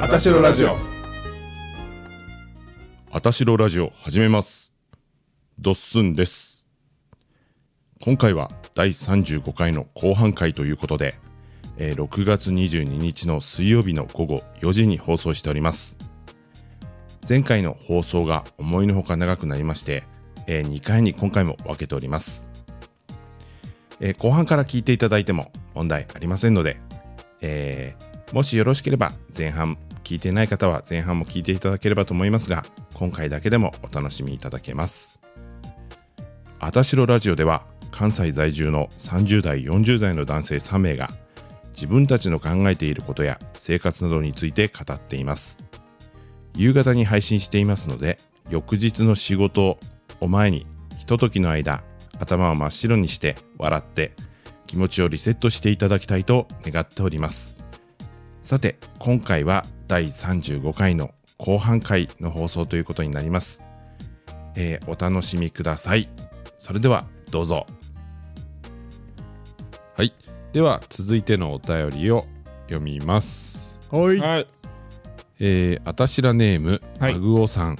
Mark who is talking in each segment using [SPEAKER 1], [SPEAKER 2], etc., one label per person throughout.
[SPEAKER 1] あたしろラジオ
[SPEAKER 2] あたしろラジオ始めます。ドッスンです。今回は第35回の後半回ということで、えー6月22日の水曜日の午後4時に放送しております。前回の放送が思いのほか長くなりまして、え2回に今回も分けております。えー後半から聞いていただいても問題ありませんので、えーもしよろしければ前半聞いてない方は前半も聞いていただければと思いますが今回だけでもお楽しみいただけますあたしろラジオでは関西在住の30代40代の男性3名が自分たちの考えていることや生活などについて語っています夕方に配信していますので翌日の仕事を前にひとときの間頭を真っ白にして笑って気持ちをリセットしていただきたいと願っておりますさて今回は第35回の後半回の放送ということになります、えーお楽しみくださいそれではどうぞ
[SPEAKER 3] はい。では、続いてのお便りを読みます。
[SPEAKER 1] はい
[SPEAKER 2] はい
[SPEAKER 3] えー、あたしらネーム、
[SPEAKER 1] はい
[SPEAKER 3] パグオさん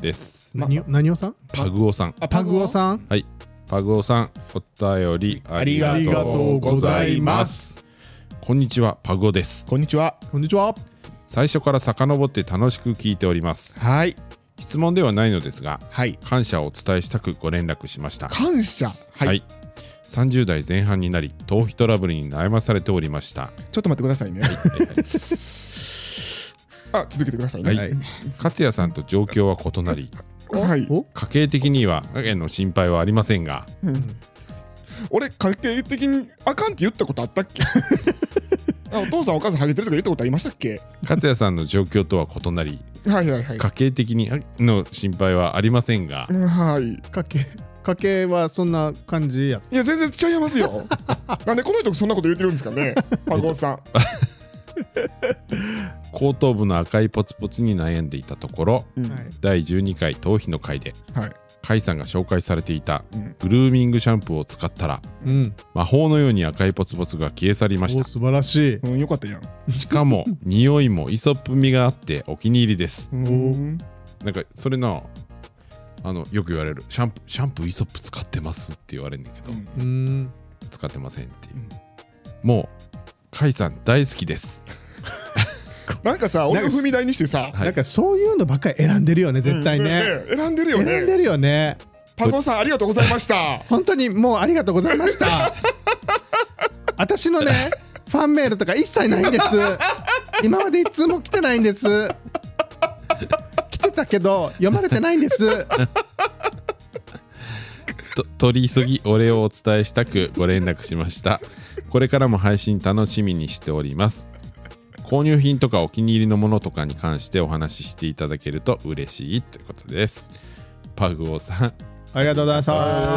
[SPEAKER 3] です。
[SPEAKER 1] ま
[SPEAKER 4] 何を何をさん
[SPEAKER 3] パグオさん。
[SPEAKER 1] あ
[SPEAKER 4] パグオ
[SPEAKER 1] ん
[SPEAKER 4] さん
[SPEAKER 3] パグオさん、お便りありがとうございます。こんにちは、パグオです。
[SPEAKER 1] こんにちは
[SPEAKER 4] こんにちは
[SPEAKER 3] 最初から遡って楽しく聞いております。
[SPEAKER 1] はい
[SPEAKER 3] 質問ではないのですが、
[SPEAKER 1] はい
[SPEAKER 3] 感謝をお伝えしたくご連絡しました。
[SPEAKER 1] 感謝はい、
[SPEAKER 3] はい30代前半になり、頭皮トラブルに悩まされておりました。
[SPEAKER 1] ちょっと待ってくださいねあ続けてください
[SPEAKER 3] は
[SPEAKER 1] ね
[SPEAKER 3] い、勝也さんと状況は異なり、
[SPEAKER 1] はい、
[SPEAKER 4] お
[SPEAKER 3] 家計的には影の心配はありませんが、
[SPEAKER 1] 俺家計的にあかんって言ったことあった っけあお父さんお母さんハゲてるとか言ったことありましたっけ
[SPEAKER 3] 勝也さんの状況とは異なり、
[SPEAKER 1] はいはいはい
[SPEAKER 3] 家計的にあの心配はありませんが
[SPEAKER 1] う、んはい
[SPEAKER 4] 家計家計はそんな感じや
[SPEAKER 1] いや全然ちゃいま すよなんでこの人そんなこと言ってるんですかねパゴ さん
[SPEAKER 3] 後頭部の赤いポツポツに悩んでいたところ、
[SPEAKER 1] うん
[SPEAKER 4] はい
[SPEAKER 3] 第12回頭皮の回で、
[SPEAKER 1] はい
[SPEAKER 3] 甲斐さんが紹介されていた
[SPEAKER 1] うん
[SPEAKER 3] グルーミングシャンプーを使ったら、
[SPEAKER 4] うん
[SPEAKER 3] 魔法のように赤いポツポツが消え去り
[SPEAKER 4] お
[SPEAKER 3] まし
[SPEAKER 4] 素晴らしい
[SPEAKER 1] うんよかったやん
[SPEAKER 3] た。しかも、匂いもイソップ味があってお気に入りです。
[SPEAKER 1] うん
[SPEAKER 3] なんかそれなあのよく言われるシャンプーシャンプーイソップ使ってますって言われるんだけど、
[SPEAKER 1] うん
[SPEAKER 4] うーん
[SPEAKER 3] 使ってませんっていう、
[SPEAKER 1] うん
[SPEAKER 3] もう甲斐さん大好きです
[SPEAKER 1] なんかさ俺を踏み台にしてさ
[SPEAKER 3] はい
[SPEAKER 4] なんかそういうのばっかり選んでるよね絶対ね
[SPEAKER 1] うん選んでるよ
[SPEAKER 4] 選んで
[SPEAKER 1] ね
[SPEAKER 4] るよね
[SPEAKER 1] パゴさんありがとうございました
[SPEAKER 4] 本当にもうありがとうございました私のねファンメールとか一切ないんです今まで一通も来てないんです来てたけど読まれてないんです
[SPEAKER 3] と取り急ぎお礼をお伝えしたくご連絡しましたこれからも配信楽しみにしております購入品とかお気に入りのものとかに関してお話ししていただけると嬉しいということですパグオさん
[SPEAKER 4] ありがとうございますあ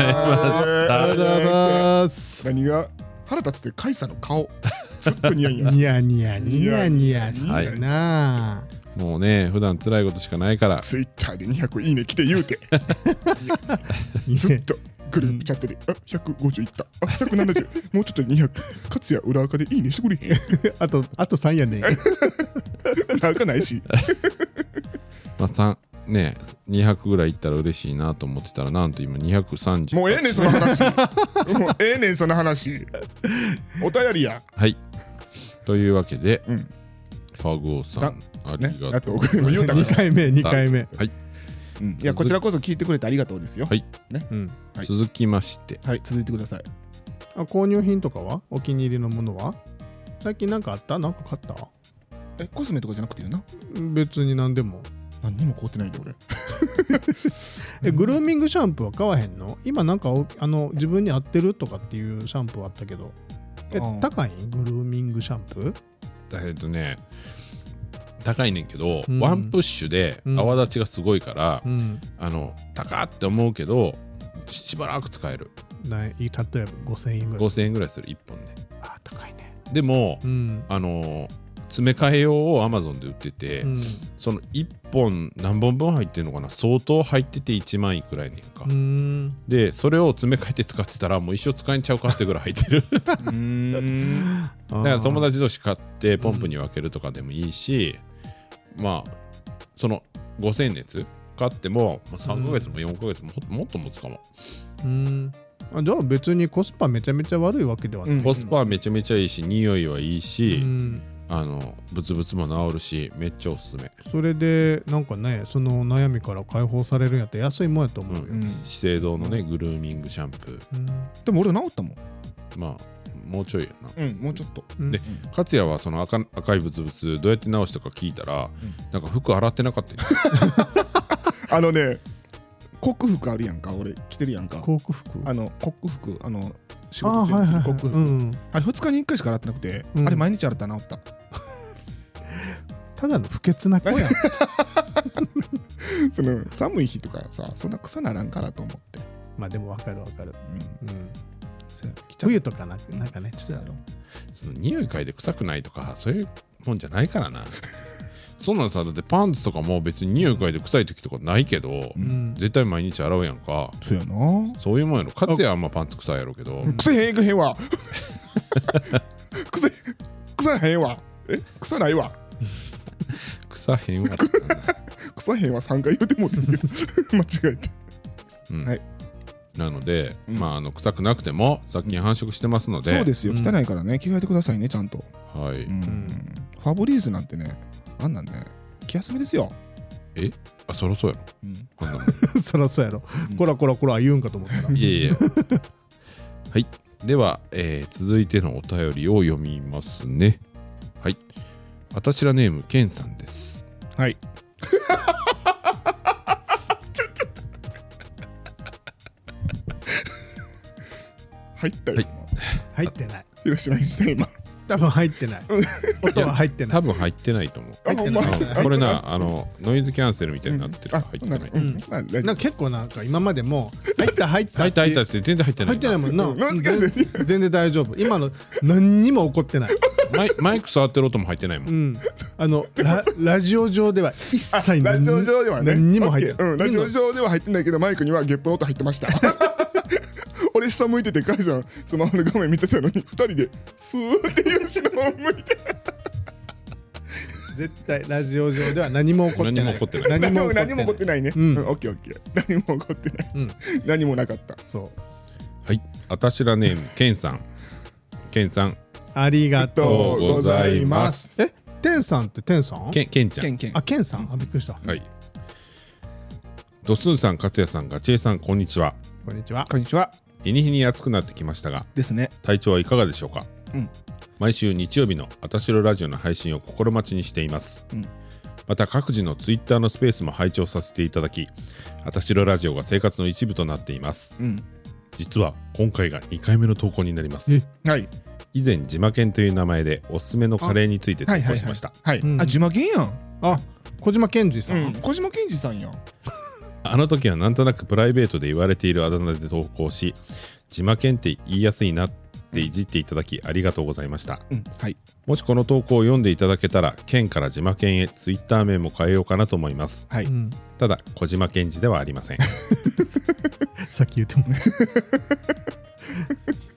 [SPEAKER 4] りがとうございます
[SPEAKER 1] 何が腹立つってカイさんの顔ずっとニ ヤニヤ
[SPEAKER 4] ニヤニヤニヤニヤしてるなあ
[SPEAKER 3] もうね普段辛いことしかないから
[SPEAKER 1] ツイッターで200いいね来て言うて ずっとグループチャットで「あ150いったあ170もうちょっと で200勝也裏垢でいいねしてくれへん」
[SPEAKER 4] あと、あと3やねん。
[SPEAKER 1] 裏垢ないし
[SPEAKER 3] まあ、3ね200ぐらいいったら嬉しいなと思ってたらなんと今230
[SPEAKER 1] もうええねんその話もうええねんその話お便りや
[SPEAKER 3] はいというわけで、
[SPEAKER 1] うん
[SPEAKER 3] パグオさんあ
[SPEAKER 1] ね
[SPEAKER 3] り
[SPEAKER 1] あ
[SPEAKER 3] がと
[SPEAKER 1] と
[SPEAKER 3] う
[SPEAKER 1] 僕も言うたから
[SPEAKER 4] 2回目、2回目。
[SPEAKER 3] はい、
[SPEAKER 1] うんいやこちらこそ聞いてくれてありがとうですよ
[SPEAKER 3] はい
[SPEAKER 4] うん。
[SPEAKER 1] はい
[SPEAKER 3] 続きまして
[SPEAKER 1] はい続いてください
[SPEAKER 4] あ、購入品とかはお気に入りのものは最近なんかあったなんか買った
[SPEAKER 1] えコスメとかじゃなくていいな
[SPEAKER 4] 別に何でも。
[SPEAKER 1] 何にも凍ってないんで俺
[SPEAKER 4] え、グルーミングシャンプーは買わへんの今なんかおあの自分に合ってるとかっていうシャンプーあったけど。え
[SPEAKER 1] あー、
[SPEAKER 4] 高いグルーミングシャンプー
[SPEAKER 3] えっとね高いねんけど、
[SPEAKER 4] うん
[SPEAKER 3] ワンプッシュで
[SPEAKER 4] うん
[SPEAKER 3] 泡立ちがすごいから、
[SPEAKER 4] うん。
[SPEAKER 3] あの高って思うけどしばらく使える
[SPEAKER 4] ない例えば5000円ぐらい。
[SPEAKER 3] 5000円ぐらいする1本ね
[SPEAKER 4] あー、高いね。
[SPEAKER 3] でも、
[SPEAKER 4] うん。
[SPEAKER 3] あのー詰め替え用を Amazon で売ってて、
[SPEAKER 4] うん
[SPEAKER 3] その1本何本分入ってるのかな相当入ってて1万いくらいねんか、
[SPEAKER 4] うーん。
[SPEAKER 3] でそれを詰め替えて使ってたらもう一生使えんちゃうかってぐらい入ってるだか
[SPEAKER 1] うーん
[SPEAKER 4] だから
[SPEAKER 3] 友達同士買ってポンプに分けるとかでもいいし、まあその5000熱買っても、まあ、3ヶ月も4ヶ月もほもっと持つかも、
[SPEAKER 4] うんあじゃあ別にコスパめちゃめちゃ悪いわけではない、
[SPEAKER 1] うん
[SPEAKER 3] コスパはめちゃめちゃいいし匂いはいいし、
[SPEAKER 4] うん
[SPEAKER 3] あのブツブツも治るしめっちゃおすすめ
[SPEAKER 4] それでなんかねその悩みから解放されるんやったら安いもんやと思うよ、
[SPEAKER 1] うん
[SPEAKER 3] 資生堂のねグルーミングシャンプー
[SPEAKER 4] うん
[SPEAKER 1] でも俺治ったもん
[SPEAKER 3] まあもうちょいやな
[SPEAKER 1] うんもうちょっと
[SPEAKER 4] うん
[SPEAKER 3] で勝也はその赤赤いブツブツどうやって直したか聞いたら、なんか服洗ってなかったよ
[SPEAKER 1] あのね克服あるやんか俺着てるやんか
[SPEAKER 4] 幸福服
[SPEAKER 1] あの克服あの仕
[SPEAKER 4] あー
[SPEAKER 1] 事中
[SPEAKER 4] はいはい
[SPEAKER 1] に
[SPEAKER 4] はい
[SPEAKER 1] 克服、
[SPEAKER 4] うん、
[SPEAKER 1] あれ2日に1回しか洗ってなくて、
[SPEAKER 4] うん
[SPEAKER 1] あれ毎日洗ったら治った
[SPEAKER 4] ただの不潔な子やん
[SPEAKER 1] その寒い日とかさそんな臭ならんからと思って、
[SPEAKER 4] まあでもわかるわかる、
[SPEAKER 1] うん、
[SPEAKER 4] うん、
[SPEAKER 1] そうや着ちゃう
[SPEAKER 4] 冬とかなんかなんかねち
[SPEAKER 1] そ
[SPEAKER 4] ょ
[SPEAKER 1] う
[SPEAKER 4] っ
[SPEAKER 1] やろ
[SPEAKER 3] その匂い嗅いで臭くないとかそういうもんじゃない からなそんなんさだってパンツとかも別に匂い嗅いで臭い時とかないけど、
[SPEAKER 4] とうん
[SPEAKER 3] 絶対毎日洗うやんか
[SPEAKER 1] そうやな
[SPEAKER 3] そういうもんやろ勝也はあんまパンツ臭いやろうけど
[SPEAKER 1] くせへんいくへん わくせくさへんわえくさないわ
[SPEAKER 3] 臭へ んわ
[SPEAKER 1] くさへんわ3回言うてもうてる けど間違えて
[SPEAKER 3] うん
[SPEAKER 1] はい
[SPEAKER 3] なので、
[SPEAKER 1] うん
[SPEAKER 3] まああの臭くなくても殺菌繁殖してますので、
[SPEAKER 1] そうですよ
[SPEAKER 4] うん
[SPEAKER 1] 汚いからね着替えてくださいねちゃんと、
[SPEAKER 3] はい、
[SPEAKER 1] うんファブリーズなんてねあんなんね気休めですよ、
[SPEAKER 3] あそろそうやろ
[SPEAKER 1] うん
[SPEAKER 3] こんなもん
[SPEAKER 4] そらそうやろ
[SPEAKER 1] うん
[SPEAKER 4] こらこらこら言うんかと思ったら
[SPEAKER 3] いえい えはいでは、えー続いてのお便りを読みますねはいあたしらネームけんさんです
[SPEAKER 1] はい入ったよ、
[SPEAKER 3] は
[SPEAKER 1] 今
[SPEAKER 4] 入ってない
[SPEAKER 1] 広島にした今
[SPEAKER 4] 多分入ってない音は入ってない
[SPEAKER 3] 多分入ってないと思う
[SPEAKER 1] あほんま
[SPEAKER 4] 入って
[SPEAKER 3] うん これなあのノイズキャンセルみたいになってる
[SPEAKER 1] あ
[SPEAKER 3] 入ってない
[SPEAKER 1] んかうんまあ大
[SPEAKER 4] なん
[SPEAKER 1] 丈
[SPEAKER 4] か
[SPEAKER 1] 夫
[SPEAKER 4] 結構なんか今までも入った入った
[SPEAKER 3] 入った入ったっ
[SPEAKER 4] 入って
[SPEAKER 3] 全然入ってな
[SPEAKER 4] て
[SPEAKER 3] い
[SPEAKER 4] 入ってないもんな
[SPEAKER 1] うんなんすか
[SPEAKER 4] 全全然大丈夫今の何にも起こってない
[SPEAKER 3] マイマイク触ってる音も入ってないもん、
[SPEAKER 4] うんあのララジオ上では一切
[SPEAKER 1] ラ
[SPEAKER 4] 何
[SPEAKER 1] ジオ上ではね
[SPEAKER 4] 何にも入って
[SPEAKER 1] オッケーうんラジオ上では入ってないけどマイクにはゲップの音入ってました 俺下向いててカイさんスマホの画面見てたのに二人でスーって吉野を向いて
[SPEAKER 4] 絶対ラジオ上では何も起こってな
[SPEAKER 3] 何
[SPEAKER 4] い
[SPEAKER 3] も起こってない
[SPEAKER 1] 何
[SPEAKER 4] 何
[SPEAKER 1] も何
[SPEAKER 4] も
[SPEAKER 1] も
[SPEAKER 4] 起こ
[SPEAKER 1] 起こ
[SPEAKER 4] っ
[SPEAKER 1] ってて
[SPEAKER 4] ない
[SPEAKER 1] ないね、
[SPEAKER 4] うん
[SPEAKER 1] オッケーオッケー何も起こってない、
[SPEAKER 4] うん
[SPEAKER 1] 何もなかった
[SPEAKER 4] そう
[SPEAKER 3] はいあたしらネームけんさんけんさん
[SPEAKER 4] ありが
[SPEAKER 1] ありが
[SPEAKER 4] と
[SPEAKER 1] とうございます
[SPEAKER 4] うえ天さんって天さん
[SPEAKER 3] けんけんちゃん
[SPEAKER 1] ケンケン
[SPEAKER 4] あケンさんあびっくりした
[SPEAKER 3] はい。ドスンさん、勝也さん、ガチエさん、こんにちは。
[SPEAKER 4] こんにちは
[SPEAKER 1] こんにちは
[SPEAKER 3] 日に日に暑くなってきましたが、
[SPEAKER 1] ですね
[SPEAKER 3] 体調はいかがでしょうか、
[SPEAKER 1] うん
[SPEAKER 3] 毎週日曜日のあたしろラジオの配信を心待ちにしています。
[SPEAKER 1] うん
[SPEAKER 3] また各自のツイッターのスペースも拝聴させていただき、あたしろラジオが生活の一部となっています。
[SPEAKER 1] うん
[SPEAKER 3] 実は今回が2回目の投稿になります
[SPEAKER 4] え。
[SPEAKER 1] はい
[SPEAKER 3] 以前、ジマケンという名前でおすすめのカレーについて投
[SPEAKER 1] はいは
[SPEAKER 3] 稿
[SPEAKER 1] い
[SPEAKER 3] し
[SPEAKER 1] は
[SPEAKER 3] ま
[SPEAKER 1] い
[SPEAKER 3] した。
[SPEAKER 1] はい、
[SPEAKER 4] うん
[SPEAKER 1] あジマケンやん、
[SPEAKER 4] あ小島健二さん
[SPEAKER 1] 小島健二さんやん
[SPEAKER 3] あの時はなんとなくプライベートで言われているあだ名で投稿し、ジマケンって言いやすいなっていじっていただきありがとうございました。
[SPEAKER 1] うんはい
[SPEAKER 3] もしこの投稿を読んでいただけたら、県からジマケンへツイッター名も変えようかなと思います。
[SPEAKER 1] はい、
[SPEAKER 4] うん
[SPEAKER 3] ただ、小島健二ではありま せん。
[SPEAKER 4] さっき言ってもね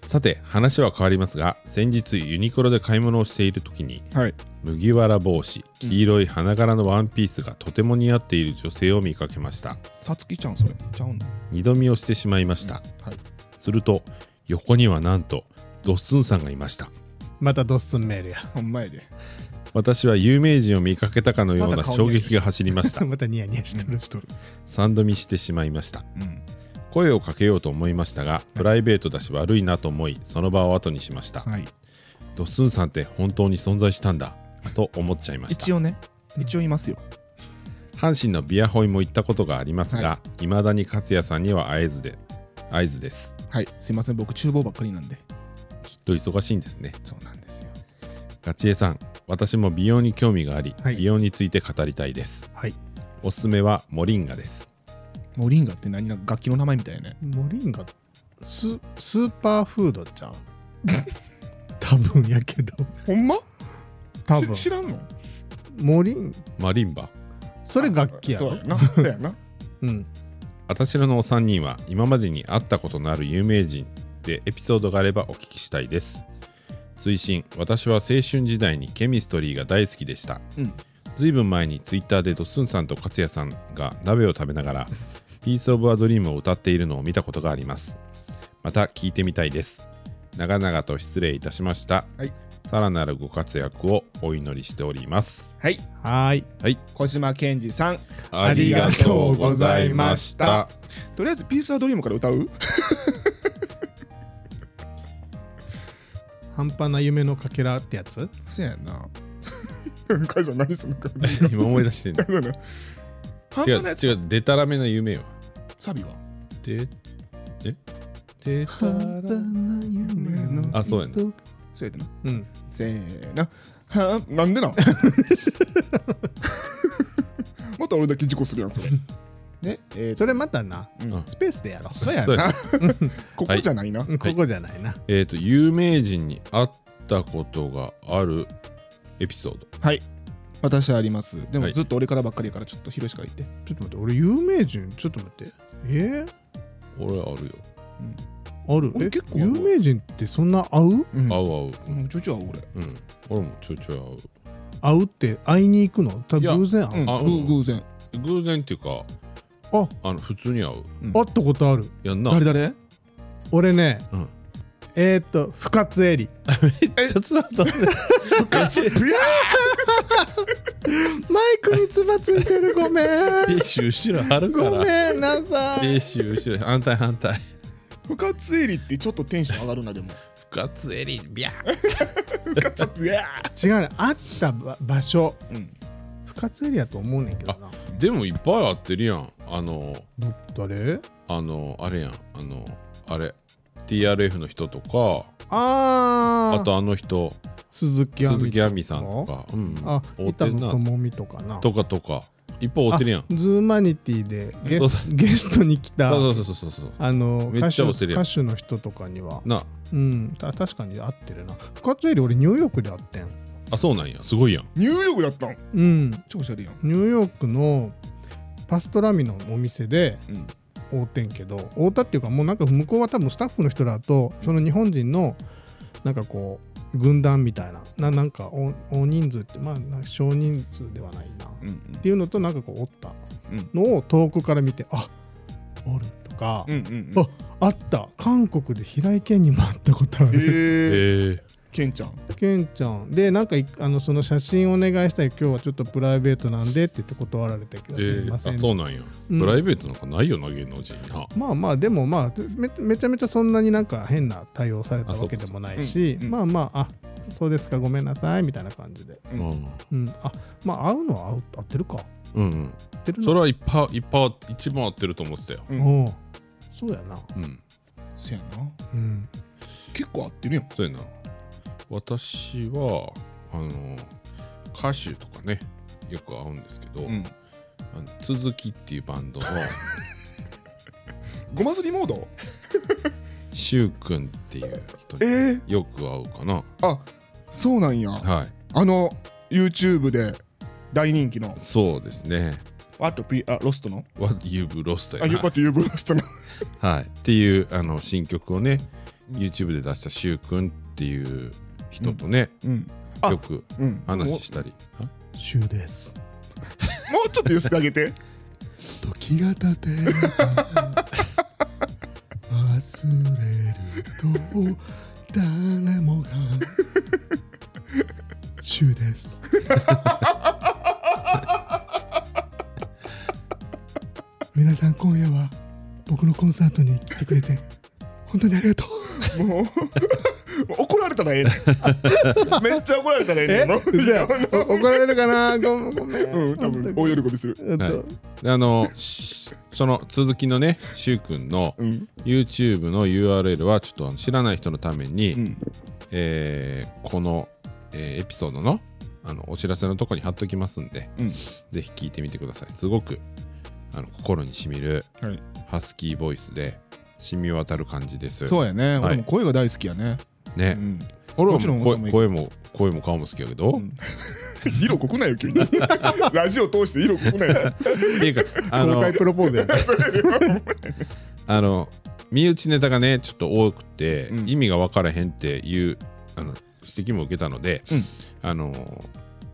[SPEAKER 3] さて、話は変わりますが、先日ユニクロで買い物をしている時に、
[SPEAKER 1] はい
[SPEAKER 3] 麦わら帽子、黄色い花柄のワンピースがとても似合っている女性を見かけました。
[SPEAKER 1] さつきちゃんそれちゃうの
[SPEAKER 3] 二度見をしてしまいました。
[SPEAKER 1] はい
[SPEAKER 3] すると、横にはなんと、ドッスンさんがいました。
[SPEAKER 4] またドッスンメールや
[SPEAKER 1] ほんまやで
[SPEAKER 3] 私は有名人を見かけたかのよう
[SPEAKER 1] ま
[SPEAKER 3] な
[SPEAKER 1] だ顔
[SPEAKER 3] 衝
[SPEAKER 1] 見える
[SPEAKER 3] 撃が走りました
[SPEAKER 4] またニヤニヤしとる
[SPEAKER 1] しとる
[SPEAKER 3] 三度見してしまいました
[SPEAKER 1] うん
[SPEAKER 3] 声をかけようと思いましたがプライベートだし悪いなと思いその場を後にしました
[SPEAKER 1] はい
[SPEAKER 3] ドスンさんって本当に存在したんだと思っちゃいました
[SPEAKER 1] 一応ね一応いますよ
[SPEAKER 3] 阪神のビアホイも行ったことがありますが、、
[SPEAKER 1] はい
[SPEAKER 3] 未だに勝也さんには会えずで会えずです
[SPEAKER 1] はいすいません僕厨房ばっかりなんで
[SPEAKER 3] きっと忙しいんですね
[SPEAKER 1] そうなんですよ
[SPEAKER 3] ガチエさん私も美容に興味があり、
[SPEAKER 4] はい
[SPEAKER 3] 美容について語りたいです
[SPEAKER 4] はい
[SPEAKER 3] おすすめはモリンガです
[SPEAKER 1] モリンガって何なんか楽器の名前みたいやね
[SPEAKER 4] モリンガススーパーフードじゃん 多分やけど
[SPEAKER 1] ほんま
[SPEAKER 4] 多分
[SPEAKER 1] し知らんの
[SPEAKER 4] モリン
[SPEAKER 3] マリンバ
[SPEAKER 4] それ楽器や
[SPEAKER 1] そう
[SPEAKER 4] ろ
[SPEAKER 1] やなそうや な
[SPEAKER 4] うん
[SPEAKER 3] 私らのお三人は今までに会ったことのある有名人でエピソードがあればお聞きしたいです追伸私は青春時代にケミストリーが大好きでした、
[SPEAKER 1] うん
[SPEAKER 3] ずいぶん前にツイッターでドッスンさんと勝也さんが鍋を食べながら「ピース・オブ・ア・ドリーム」を歌っているのを見たことがありますまた聞いてみたいです長々と失礼いたしました、
[SPEAKER 5] はい
[SPEAKER 3] さらなるご活躍をお祈りしております
[SPEAKER 5] はい
[SPEAKER 4] はーい
[SPEAKER 5] 小島健二さん
[SPEAKER 3] あ
[SPEAKER 4] りがとうございま
[SPEAKER 3] した
[SPEAKER 1] とりあえずピースアドリームから歌う
[SPEAKER 4] 半端な夢のかけらってやつ
[SPEAKER 1] せやなカイさん何その感じ
[SPEAKER 3] 今思い出してんだ
[SPEAKER 1] そうだな半
[SPEAKER 3] 違
[SPEAKER 1] 端なや
[SPEAKER 3] う
[SPEAKER 1] つ
[SPEAKER 3] 違うでたらめな夢よ
[SPEAKER 1] サビは
[SPEAKER 3] でえでたら
[SPEAKER 4] な夢
[SPEAKER 1] の
[SPEAKER 3] あそうやな
[SPEAKER 1] そうやな
[SPEAKER 4] うん
[SPEAKER 1] せーのはあなんで なんまた俺だけ事故するやんそれねえー
[SPEAKER 4] それまたな、
[SPEAKER 1] うん
[SPEAKER 4] スペースでやろう
[SPEAKER 1] そうや
[SPEAKER 3] そうや
[SPEAKER 1] な ここじゃないな、
[SPEAKER 4] うんここじゃないな、
[SPEAKER 3] えっ、と有名人に会ったことがあるエピソード
[SPEAKER 1] 私ありますで
[SPEAKER 3] は
[SPEAKER 1] も
[SPEAKER 3] い
[SPEAKER 1] ずっと俺からばっかりやからちょっと広しから言って、
[SPEAKER 4] ちょっと待って俺有名人ちょっと待ってえー、
[SPEAKER 3] 俺あるよ
[SPEAKER 4] ある
[SPEAKER 1] 俺
[SPEAKER 4] え
[SPEAKER 1] 結構あ
[SPEAKER 4] 有
[SPEAKER 1] る
[SPEAKER 4] 名人ってそんな会う
[SPEAKER 1] う
[SPEAKER 3] 会う
[SPEAKER 1] ん
[SPEAKER 3] 会う
[SPEAKER 1] うんちょいちょい俺
[SPEAKER 3] うん、うん、俺もちょいちょい会う
[SPEAKER 4] 会うって会いに行くのた
[SPEAKER 3] いや
[SPEAKER 4] 偶然会う、
[SPEAKER 1] うん
[SPEAKER 3] あ
[SPEAKER 1] 偶偶然
[SPEAKER 3] 偶然っていうか
[SPEAKER 4] あ
[SPEAKER 3] あの普通に会う
[SPEAKER 4] 会ったことある
[SPEAKER 3] やんな
[SPEAKER 1] 誰誰
[SPEAKER 4] 俺ね、
[SPEAKER 3] うん
[SPEAKER 4] えー、っと深津絵里
[SPEAKER 3] ちょっと待って
[SPEAKER 1] ガチブヤ
[SPEAKER 4] マイクにつばついてる ごめん
[SPEAKER 3] ティッシュ後ろあるか
[SPEAKER 4] ご
[SPEAKER 3] らテ
[SPEAKER 4] めんなさ
[SPEAKER 3] ィ
[SPEAKER 4] い
[SPEAKER 3] ッシュ後ろ反対反対
[SPEAKER 1] 深津絵里ってちょっとテンション上がるなで も
[SPEAKER 3] 深津絵里ビャー
[SPEAKER 1] 深津ブヤ
[SPEAKER 4] 違うね会ったば場所
[SPEAKER 1] うん
[SPEAKER 4] 深津絵里やと思うねんけどな
[SPEAKER 3] でもいっぱい会ってるやんあの
[SPEAKER 4] 誰
[SPEAKER 3] あのあれやんあのあれ TRF の人とか
[SPEAKER 4] あー
[SPEAKER 3] あとあの人
[SPEAKER 4] 鈴木亜美
[SPEAKER 3] 鈴木亜美さんとかうん
[SPEAKER 4] あ
[SPEAKER 3] 会うてん
[SPEAKER 4] 板野
[SPEAKER 3] な
[SPEAKER 4] 友美とかな
[SPEAKER 3] とかとかいっぱい会ってるやん
[SPEAKER 4] あズーマニティでゲ
[SPEAKER 3] そうそ
[SPEAKER 4] ゲストに来た
[SPEAKER 3] そうそうそうそうそう
[SPEAKER 4] あの
[SPEAKER 3] めっ
[SPEAKER 4] 歌
[SPEAKER 3] ち
[SPEAKER 4] 手
[SPEAKER 3] ゃ会ってるやん
[SPEAKER 4] 歌手の人とかには
[SPEAKER 3] な
[SPEAKER 4] うんた確かに合ってるな深津絵里俺ニューヨークで会ってん
[SPEAKER 3] あそうなんやすごいやん
[SPEAKER 1] ニューヨークだったん
[SPEAKER 4] うん
[SPEAKER 1] 超おしゃれやん
[SPEAKER 4] ニューヨークのパストラミのお店で
[SPEAKER 1] うん
[SPEAKER 4] 会うてんけど会うたっていうかもうなんか向こうは多分スタッフの人らとその日本人のなんかこう軍団みたいなななんか大大人数ってまあなんか少人数ではないな
[SPEAKER 1] うん
[SPEAKER 4] っていうのとなんかこうおった
[SPEAKER 1] うん
[SPEAKER 4] のを遠くから見てあおるとか、
[SPEAKER 1] うんうん
[SPEAKER 4] ああった韓国で平井堅にも会ったことあ
[SPEAKER 1] え
[SPEAKER 4] る
[SPEAKER 3] え
[SPEAKER 1] ー、
[SPEAKER 3] ー、
[SPEAKER 1] ケンちゃん
[SPEAKER 4] 健ちゃんでなんかいあのその写真お願いしたい今日はちょっとプライベートなんでって言って断られたけ
[SPEAKER 3] え
[SPEAKER 4] ど、すい
[SPEAKER 3] ー、
[SPEAKER 4] ません
[SPEAKER 3] あそうなんや、
[SPEAKER 4] うん
[SPEAKER 3] プライベートなんかないよな芸能人な
[SPEAKER 4] まあまあでもまあめめちゃめちゃそんなになんか変な対応された
[SPEAKER 3] あそう
[SPEAKER 4] わ
[SPEAKER 3] か
[SPEAKER 4] けでもないし、
[SPEAKER 1] そううん
[SPEAKER 4] まあまああそうですかごめんなさいみたいな感じで、
[SPEAKER 1] うん
[SPEAKER 3] うん
[SPEAKER 4] うん、あまあ合うのは合う合ってるか
[SPEAKER 3] うんうん
[SPEAKER 4] 合ってる
[SPEAKER 3] そ
[SPEAKER 4] の
[SPEAKER 3] れはいっぱいいっぱい一番合ってると思ってたよ、
[SPEAKER 1] れ
[SPEAKER 4] おうそうやな、
[SPEAKER 3] うん、
[SPEAKER 1] せやな
[SPEAKER 4] うん、
[SPEAKER 1] 結構合ってるやん
[SPEAKER 3] そうやな私はあの歌手とかねよく会うんですけど、
[SPEAKER 1] うん
[SPEAKER 3] あの続きっていうバンドの
[SPEAKER 1] ごますりモード
[SPEAKER 3] しゅうくんっていう人
[SPEAKER 1] え
[SPEAKER 3] に
[SPEAKER 1] ー、
[SPEAKER 3] よく会うかな
[SPEAKER 1] あそうなんや
[SPEAKER 3] はい
[SPEAKER 1] あの YouTube で大人気の
[SPEAKER 3] そうですね
[SPEAKER 1] 「What We Are Lost の」
[SPEAKER 3] What You've Lost
[SPEAKER 1] あ
[SPEAKER 3] や
[SPEAKER 1] よか
[SPEAKER 3] な
[SPEAKER 1] った You've Lost の
[SPEAKER 3] はい、っていうあの新曲をね YouTube で出したしゅうくんっていう人とね、
[SPEAKER 1] うんあ
[SPEAKER 3] よく
[SPEAKER 1] うん
[SPEAKER 3] 話したりあ
[SPEAKER 4] シュウです
[SPEAKER 1] もうちょっと寄せてあげて
[SPEAKER 4] 時が経て忘れると誰もがシュウです皆さん今夜は僕のコンサートに来てくれて本当にありがとう
[SPEAKER 1] もう 怒られたらええね んめっちゃ怒られたらええねんもう
[SPEAKER 4] 怒られるかなごめんごめん
[SPEAKER 1] うん多分大喜びする
[SPEAKER 4] えっと
[SPEAKER 3] はいであのしその続きのねしゅうくんの
[SPEAKER 1] うん
[SPEAKER 3] YouTube の URL はちょっとあの知らない人のために、
[SPEAKER 1] うん
[SPEAKER 3] えーこの、えーエピソードのあのお知らせのとこに貼っときますんで、
[SPEAKER 1] うん
[SPEAKER 3] ぜひ聞いてみてくださいすごくあの心にしみる
[SPEAKER 1] はい
[SPEAKER 3] ハスキーボイスで染み渡る感じです
[SPEAKER 1] そうやね
[SPEAKER 3] はい
[SPEAKER 1] 俺も声が大好きやね
[SPEAKER 3] ね、
[SPEAKER 1] うん
[SPEAKER 3] 俺は
[SPEAKER 1] もちろん
[SPEAKER 3] もう
[SPEAKER 1] 俺も
[SPEAKER 3] 声声も声も顔も好きやけど、
[SPEAKER 1] ん 色濃くないよ 急にラジオ通して色濃くないよ
[SPEAKER 3] っていうかあ
[SPEAKER 4] 公
[SPEAKER 3] の
[SPEAKER 4] 開プロポーズや ね
[SPEAKER 3] あの身内ネタがねちょっと多くて、
[SPEAKER 1] うん
[SPEAKER 3] 意味が分からへんっていうあの指摘も受けたので、
[SPEAKER 1] うん
[SPEAKER 3] あの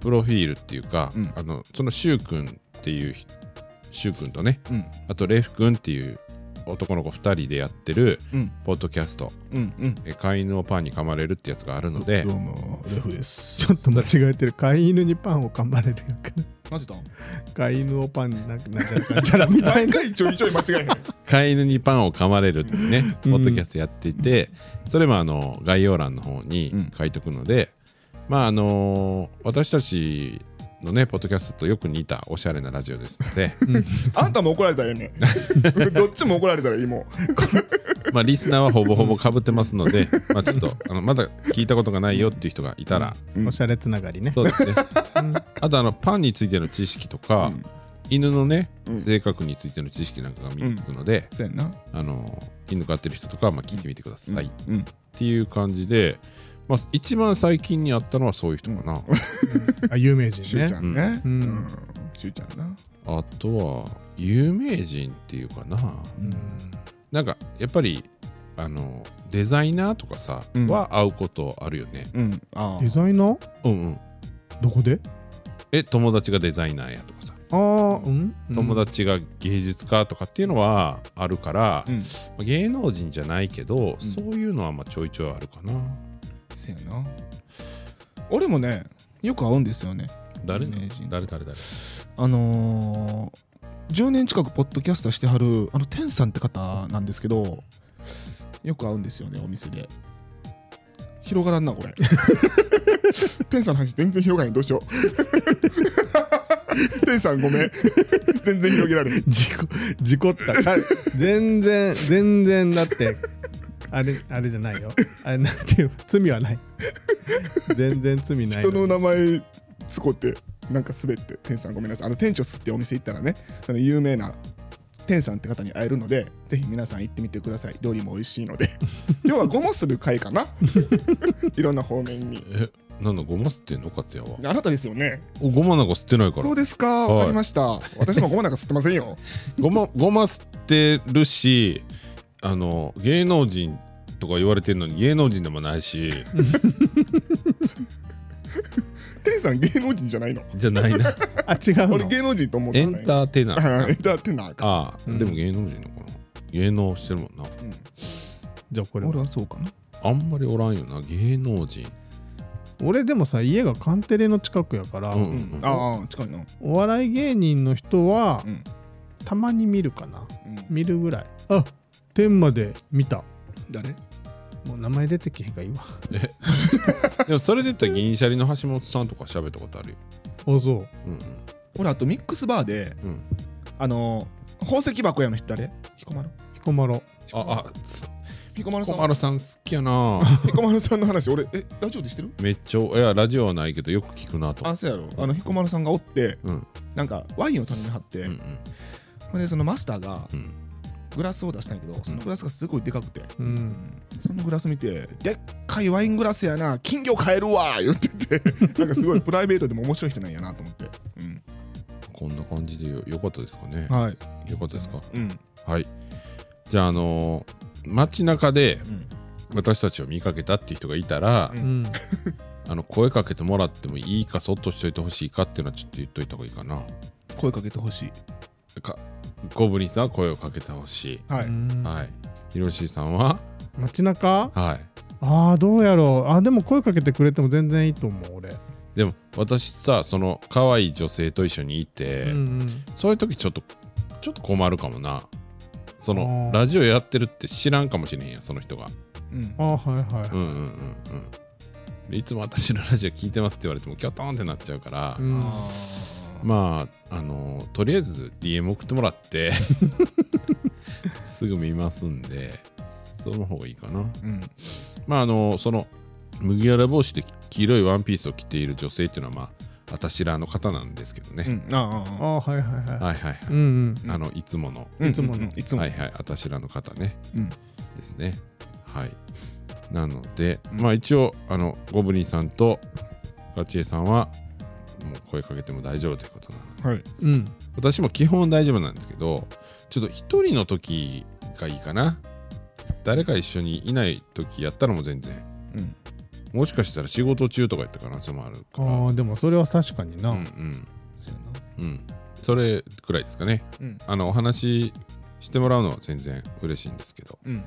[SPEAKER 3] プロフィールっていうか、
[SPEAKER 5] うん
[SPEAKER 3] あのそのしゅうくんっていうひしゅうくんとね
[SPEAKER 5] うん
[SPEAKER 3] あとレフくんっていう男の子2人でやってる
[SPEAKER 5] うん
[SPEAKER 3] ポッドキャスト
[SPEAKER 5] うんうん
[SPEAKER 3] 「え飼い犬をパンに噛まれる」ってやつがあるので
[SPEAKER 1] どうもレフです
[SPEAKER 4] ちょっと間違えてる飼い犬にパンを噛まれるよ
[SPEAKER 5] なぜだ
[SPEAKER 4] 飼い犬をパンになんかなんちゃらかんちゃらみたいな
[SPEAKER 1] ちょいちょい間違えへん
[SPEAKER 3] 飼い犬にパンを噛まれるっていうね、
[SPEAKER 4] うん
[SPEAKER 3] ポッドキャストやっていて、それもあの概要欄の方に
[SPEAKER 5] うん
[SPEAKER 3] 書いておくので、まああの私たちのねポッドキャストとよく似たおしゃれなラジオですので、
[SPEAKER 1] あんたも怒られたよね どっちも怒られたらいいもん
[SPEAKER 3] まあリスナーはほぼほぼ被ってますので、 まあちょっとあのまだ聞いたことがないよっていう人がいたら、
[SPEAKER 1] うん
[SPEAKER 4] おしゃれつながりね
[SPEAKER 3] そうですね。あとあのパンについての知識とか、犬のね、
[SPEAKER 1] うん
[SPEAKER 3] 性格についての知識なんかが身につくので、
[SPEAKER 5] せんな
[SPEAKER 3] あの犬飼ってる人とかはまあ聞いてみてください。
[SPEAKER 5] うん
[SPEAKER 3] っていう感じで、まあ、一番最近にあったのはそういう人かな、
[SPEAKER 4] あ有名
[SPEAKER 1] し
[SPEAKER 4] 人
[SPEAKER 1] ゅう
[SPEAKER 4] ね
[SPEAKER 1] ちゃんね
[SPEAKER 4] う
[SPEAKER 1] うんんしゅうちゃんな
[SPEAKER 3] あとは有名人っていうかな、なんかやっぱりあのデザイナーとかさ、
[SPEAKER 5] うん
[SPEAKER 3] は会うことあるよね
[SPEAKER 5] うんあ
[SPEAKER 4] デザイナー
[SPEAKER 3] うんうん
[SPEAKER 4] どこで
[SPEAKER 3] え友達がデザイナーやとかさ
[SPEAKER 4] ああうん
[SPEAKER 3] 友達が芸術家とかっていうのはあるから、
[SPEAKER 5] うん
[SPEAKER 3] まあ芸能人じゃないけど、そういうのはまあちょいちょいあるかな
[SPEAKER 5] せやな俺もねよく会うんですよね
[SPEAKER 3] 誰
[SPEAKER 5] 有名人
[SPEAKER 3] 誰誰誰
[SPEAKER 5] あのー、10年近くポッドキャスターしてはるあの天さんって方なんですけどよく会うんですよねお店で
[SPEAKER 1] 広がらんなこ れテンさんの話全然広がらんどうしようテンさん ごめん全然広げられない
[SPEAKER 4] 事故事故ったか全然全然だ ってあれあれじゃないよあれなんていう罪は ない全然罪ない
[SPEAKER 1] 人の名前つこってなんか滑ってテンさんごめんなさいあの店長すってお店行ったらねその有名なテンさんって方に会えるのでぜひ皆さん行ってみてください料理も美味しい ので今日はゴモする会かな いろんな方面に
[SPEAKER 3] えなんだごま吸ってんの勝也は
[SPEAKER 1] あなたですよね
[SPEAKER 3] おごまなんか吸ってないから
[SPEAKER 1] そうですか
[SPEAKER 3] い
[SPEAKER 1] わかりました、私もゴモなんか吸ってませ んよ
[SPEAKER 3] ごま、ごま吸ってるし、あの、芸能人とか言われてるのに芸能人でもないし、
[SPEAKER 1] テンさん芸能人じゃないの
[SPEAKER 3] じゃないな。
[SPEAKER 4] あ違う
[SPEAKER 1] 俺
[SPEAKER 4] の
[SPEAKER 1] 芸能人と思う
[SPEAKER 3] エン
[SPEAKER 1] ー
[SPEAKER 3] ターテイナー。
[SPEAKER 1] エンターテイナーか
[SPEAKER 3] ああ、
[SPEAKER 4] うん
[SPEAKER 3] でも芸能人のかな。芸能してるもんな。
[SPEAKER 4] じゃあこれ
[SPEAKER 5] 俺はそうかな
[SPEAKER 3] あんまりおらんよな、芸能人。
[SPEAKER 4] 俺でもさ家がカンテレの近くやから、
[SPEAKER 3] うんうんうん。
[SPEAKER 5] ああ近いなうん
[SPEAKER 4] お笑い芸人の人は、
[SPEAKER 5] うん
[SPEAKER 4] たまに見るかな見るぐらいあ天まで見た
[SPEAKER 5] 誰
[SPEAKER 4] もう名前出てけへんがいいわあ
[SPEAKER 3] でもそれで言ったら銀シャリの橋本さんとか喋ったことあるよ。
[SPEAKER 4] そう
[SPEAKER 3] うん
[SPEAKER 5] 俺あとミックスバーで
[SPEAKER 3] うんうん。
[SPEAKER 5] あのー、宝石箱屋の人誰彦摩呂
[SPEAKER 4] 彦摩呂
[SPEAKER 3] あ、あ、つ
[SPEAKER 5] 彦摩呂さ
[SPEAKER 3] 小
[SPEAKER 5] ん
[SPEAKER 3] 丸さん好きやな。
[SPEAKER 1] 彦摩呂さんの話俺えラジオでしてる
[SPEAKER 3] めっちゃ、いや、ラジオはないけどよく聞くなと。
[SPEAKER 5] あそうやろあの彦摩呂さんがおって
[SPEAKER 3] うん
[SPEAKER 5] なんかワインを頼みはって、
[SPEAKER 3] うんうん
[SPEAKER 5] ほんでそのマスターが
[SPEAKER 3] うん。
[SPEAKER 5] グラスを出したんやけどそのグラスがすごいでかくて、
[SPEAKER 4] うん
[SPEAKER 5] そのグラス見て
[SPEAKER 1] でっかいワイングラスやな金魚買えるわ言って てなんかすごいプライベートでも面白い人なんやなと思って
[SPEAKER 5] うん
[SPEAKER 3] こんな感じでよよかったですかね。
[SPEAKER 5] はい
[SPEAKER 3] よかったですか。
[SPEAKER 5] うん
[SPEAKER 3] はい。じゃあ、あのー街中で
[SPEAKER 5] うん
[SPEAKER 3] 私たちを見かけたっていう人がいたら、
[SPEAKER 4] うん
[SPEAKER 3] あの声かけてもらってもいいか、そっとしといてほしいかっていうのはちょっと言っといた方がいいかな。
[SPEAKER 5] 声かけてほしい
[SPEAKER 3] かゴブリンさんは声をかけてほし
[SPEAKER 5] はい、
[SPEAKER 4] うん
[SPEAKER 3] い。はい。ヒロシさんは
[SPEAKER 4] 街中
[SPEAKER 3] はい。
[SPEAKER 4] あーどうやろうあでも声かけてくれても全然いいと思う俺、
[SPEAKER 3] でも私さ、その可愛い女性と一緒にいて、
[SPEAKER 4] うんうん
[SPEAKER 3] そういう時ちょっと、ちょっと困るかもな。その
[SPEAKER 4] あー
[SPEAKER 3] ラジオやってるって知らんかもしれへんやんその人が。
[SPEAKER 5] うん、
[SPEAKER 4] あーはいはい、
[SPEAKER 3] うんうんうんうん。でいつも私のラジオ聞いてますって言われてもキャトーンってなっちゃうから、
[SPEAKER 4] うん
[SPEAKER 3] まあ、あのとりあえず DM 送ってもらってすぐ見ますんでその方がいいかな
[SPEAKER 5] うん
[SPEAKER 3] まああのその麦わら帽子で黄色いワンピースを着ている女性っていうのはまああたしらの方なんですけど
[SPEAKER 5] う
[SPEAKER 3] ね、
[SPEAKER 5] ん、あああ
[SPEAKER 4] あーはいはいはい、
[SPEAKER 3] はいはいはい、
[SPEAKER 4] うんうん
[SPEAKER 5] うん
[SPEAKER 3] あのいつもの、
[SPEAKER 5] あ
[SPEAKER 4] いつもの
[SPEAKER 5] うんうんいつも
[SPEAKER 3] は
[SPEAKER 5] の
[SPEAKER 3] いはいあたしらの方ね、
[SPEAKER 5] うん
[SPEAKER 3] ですねはいなので、まあ一応あのゴブリンさんとガチエさんはもう声かけても大丈夫ということなので
[SPEAKER 5] はい
[SPEAKER 4] うん
[SPEAKER 3] 私も基本大丈夫なんですけどちょっと一人の時がいいかな誰か一緒にいない時やったらもう全然
[SPEAKER 5] うん
[SPEAKER 3] もしかしたら仕事中とか言った可能性もあるから
[SPEAKER 4] ああでもそれは確かにな、
[SPEAKER 3] うんうんうんそれくらいですかね、
[SPEAKER 1] うん
[SPEAKER 3] あのお話ししてもらうのは全然嬉しいんですけど
[SPEAKER 1] うんうん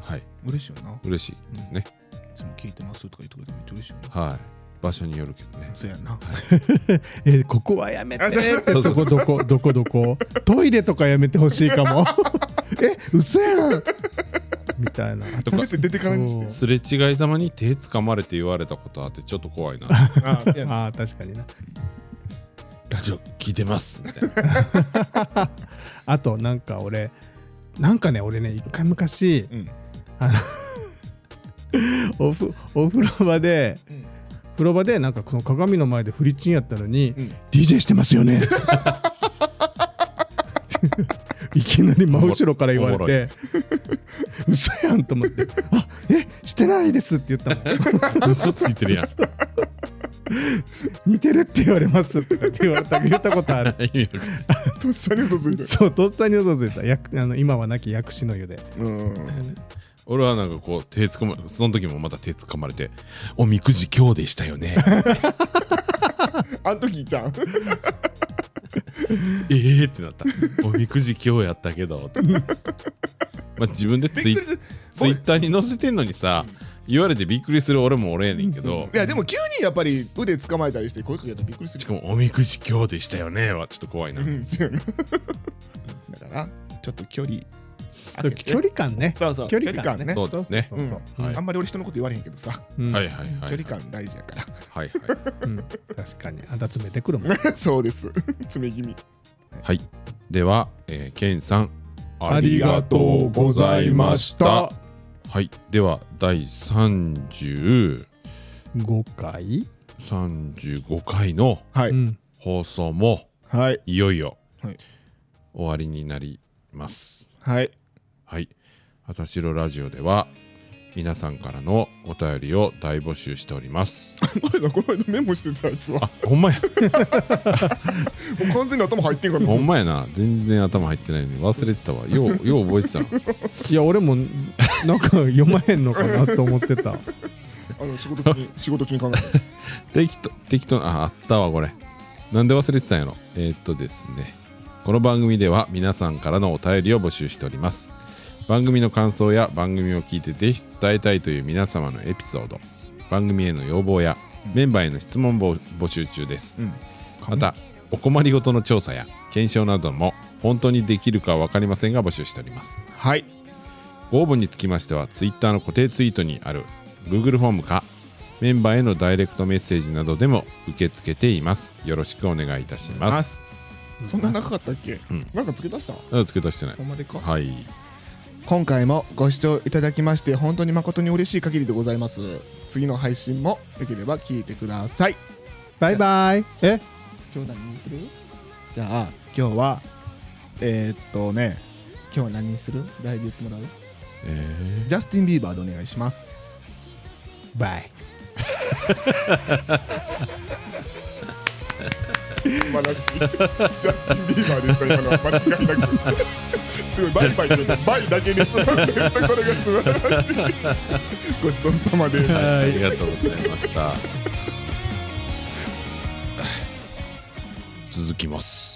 [SPEAKER 3] はい
[SPEAKER 1] うん。嬉しいよな。
[SPEAKER 3] 嬉しいですね、
[SPEAKER 1] いつも聞いてますとか言ってくれてめっちゃ嬉しいよな。
[SPEAKER 3] はい場所によるけどね
[SPEAKER 1] そうやな。
[SPEAKER 4] えーここはやめて
[SPEAKER 1] あそう
[SPEAKER 4] って そこどこどこどこトイレとかやめてほしいかも え嘘やんみたいな
[SPEAKER 3] とか
[SPEAKER 1] 出て出てからにして。
[SPEAKER 3] すれ違いざまに手つかまれて言われたことあってちょっと怖いな
[SPEAKER 1] あそうやな
[SPEAKER 4] ああ確かにな
[SPEAKER 3] ラジオ聞いてますみたいな
[SPEAKER 4] あとなんか俺なんかね俺ね一回昔、
[SPEAKER 1] うん
[SPEAKER 4] あのおふお風呂場で、
[SPEAKER 1] うん
[SPEAKER 4] 風呂場でなんかこの鏡の前でフリチンやったのに、
[SPEAKER 1] ん
[SPEAKER 4] DJ してますよ ねいきなり真後ろから言われて嘘やんと思って「あえしてないです」って言ったもん
[SPEAKER 3] 嘘ついてるやん
[SPEAKER 4] 似てるって言われますとかって言われた言ったことある
[SPEAKER 3] 意味わかんない
[SPEAKER 1] とっさに嘘ついてる。
[SPEAKER 4] そうとっさに嘘ついたやくあの今は亡き薬師の湯で
[SPEAKER 1] うん。
[SPEAKER 3] 俺はなんかこう手つかまその時もまた手つかまれて「おみくじ今日でしたよね」
[SPEAKER 1] あん時ちゃん。
[SPEAKER 3] ええってなった「おみくじ今日やったけど」ってまあ自分でツイ
[SPEAKER 1] びっくりする
[SPEAKER 3] ツイッターに載せてんのにさ言われてびっくりする俺も俺やねんけど
[SPEAKER 1] いやでも急にやっぱり腕掴まれたりして声かけたらびっくりす
[SPEAKER 3] し
[SPEAKER 1] る。
[SPEAKER 3] かも「おみくじ今日でしたよね」はちょっと怖いな
[SPEAKER 1] うん、そうやな。 だからちょっと距離空けて。
[SPEAKER 4] 距離感ね
[SPEAKER 1] そうそう
[SPEAKER 4] 距離感ね
[SPEAKER 3] そうですね
[SPEAKER 4] そうそうそう
[SPEAKER 1] うん
[SPEAKER 3] はい
[SPEAKER 1] あんまり俺人のこと言われへんけどさ、
[SPEAKER 4] うん
[SPEAKER 3] はいはいはい
[SPEAKER 1] 距離感大事やか
[SPEAKER 3] はいはい
[SPEAKER 4] うん確かにあんた詰めてくる もん
[SPEAKER 1] らそうです爪気味
[SPEAKER 3] はい。では、えー、ケンさん、あ
[SPEAKER 4] りがとうございました。
[SPEAKER 3] はい。では、第30
[SPEAKER 4] 5回、
[SPEAKER 3] 35回の
[SPEAKER 1] はい、
[SPEAKER 4] うん
[SPEAKER 3] 放送も、
[SPEAKER 1] はい
[SPEAKER 3] いよいよ、
[SPEAKER 1] はい
[SPEAKER 3] 終わりになります。
[SPEAKER 1] はい
[SPEAKER 3] はい。あたしろラジオでは、皆さんからのお便りを大募集しております。
[SPEAKER 1] 前田この間メモしてたやつは
[SPEAKER 3] あ、ほんまや。
[SPEAKER 1] もう完全に頭入ってんか ら
[SPEAKER 3] ほんまやな。全然頭入ってないのに忘れてたわ。よう、よう覚えてたな。
[SPEAKER 4] いや俺もなんか読まへんのかなと思って た
[SPEAKER 1] あの仕事中に仕事中に考えて
[SPEAKER 3] 適当適当ああったわこれなんで忘れてたんやろえーっとですねこの番組では皆さんからのお便りを募集しております番組の感想や番組を聞いてぜひ伝えたいという皆様のエピソード番組への要望やメンバーへの質問も募集中です、またお困りごとの調査や検証なども本当にできるかは分かりませんが募集しております
[SPEAKER 1] はい
[SPEAKER 3] ご応募につきましては Twitter の固定ツイートにある Google フォームかメンバーへのダイレクトメッセージなどでも受け付けていますよろしくお願いいたします
[SPEAKER 1] そんな長かったっけ、
[SPEAKER 3] うん
[SPEAKER 1] なんか付け足した
[SPEAKER 3] あ付け足してない
[SPEAKER 1] ほんまでか
[SPEAKER 3] はい
[SPEAKER 1] 今回もご視聴いただきまして本当に誠に嬉しい限りでございます次の配信もよければ聞いてください
[SPEAKER 4] バイバイえ
[SPEAKER 1] 今日何にするじゃあ今日はえー、っとね今日何にするライブ言ってもらう
[SPEAKER 3] え
[SPEAKER 1] ジャスティン・ビーバーでお願いします
[SPEAKER 4] バイ
[SPEAKER 1] マ ナジージャスティン・ビーバーでした今のは間違いなくすごいバイバイって言うとバイだけに済ませたこれが素晴らしいごちそうさまです
[SPEAKER 3] ーありがとうございました続きます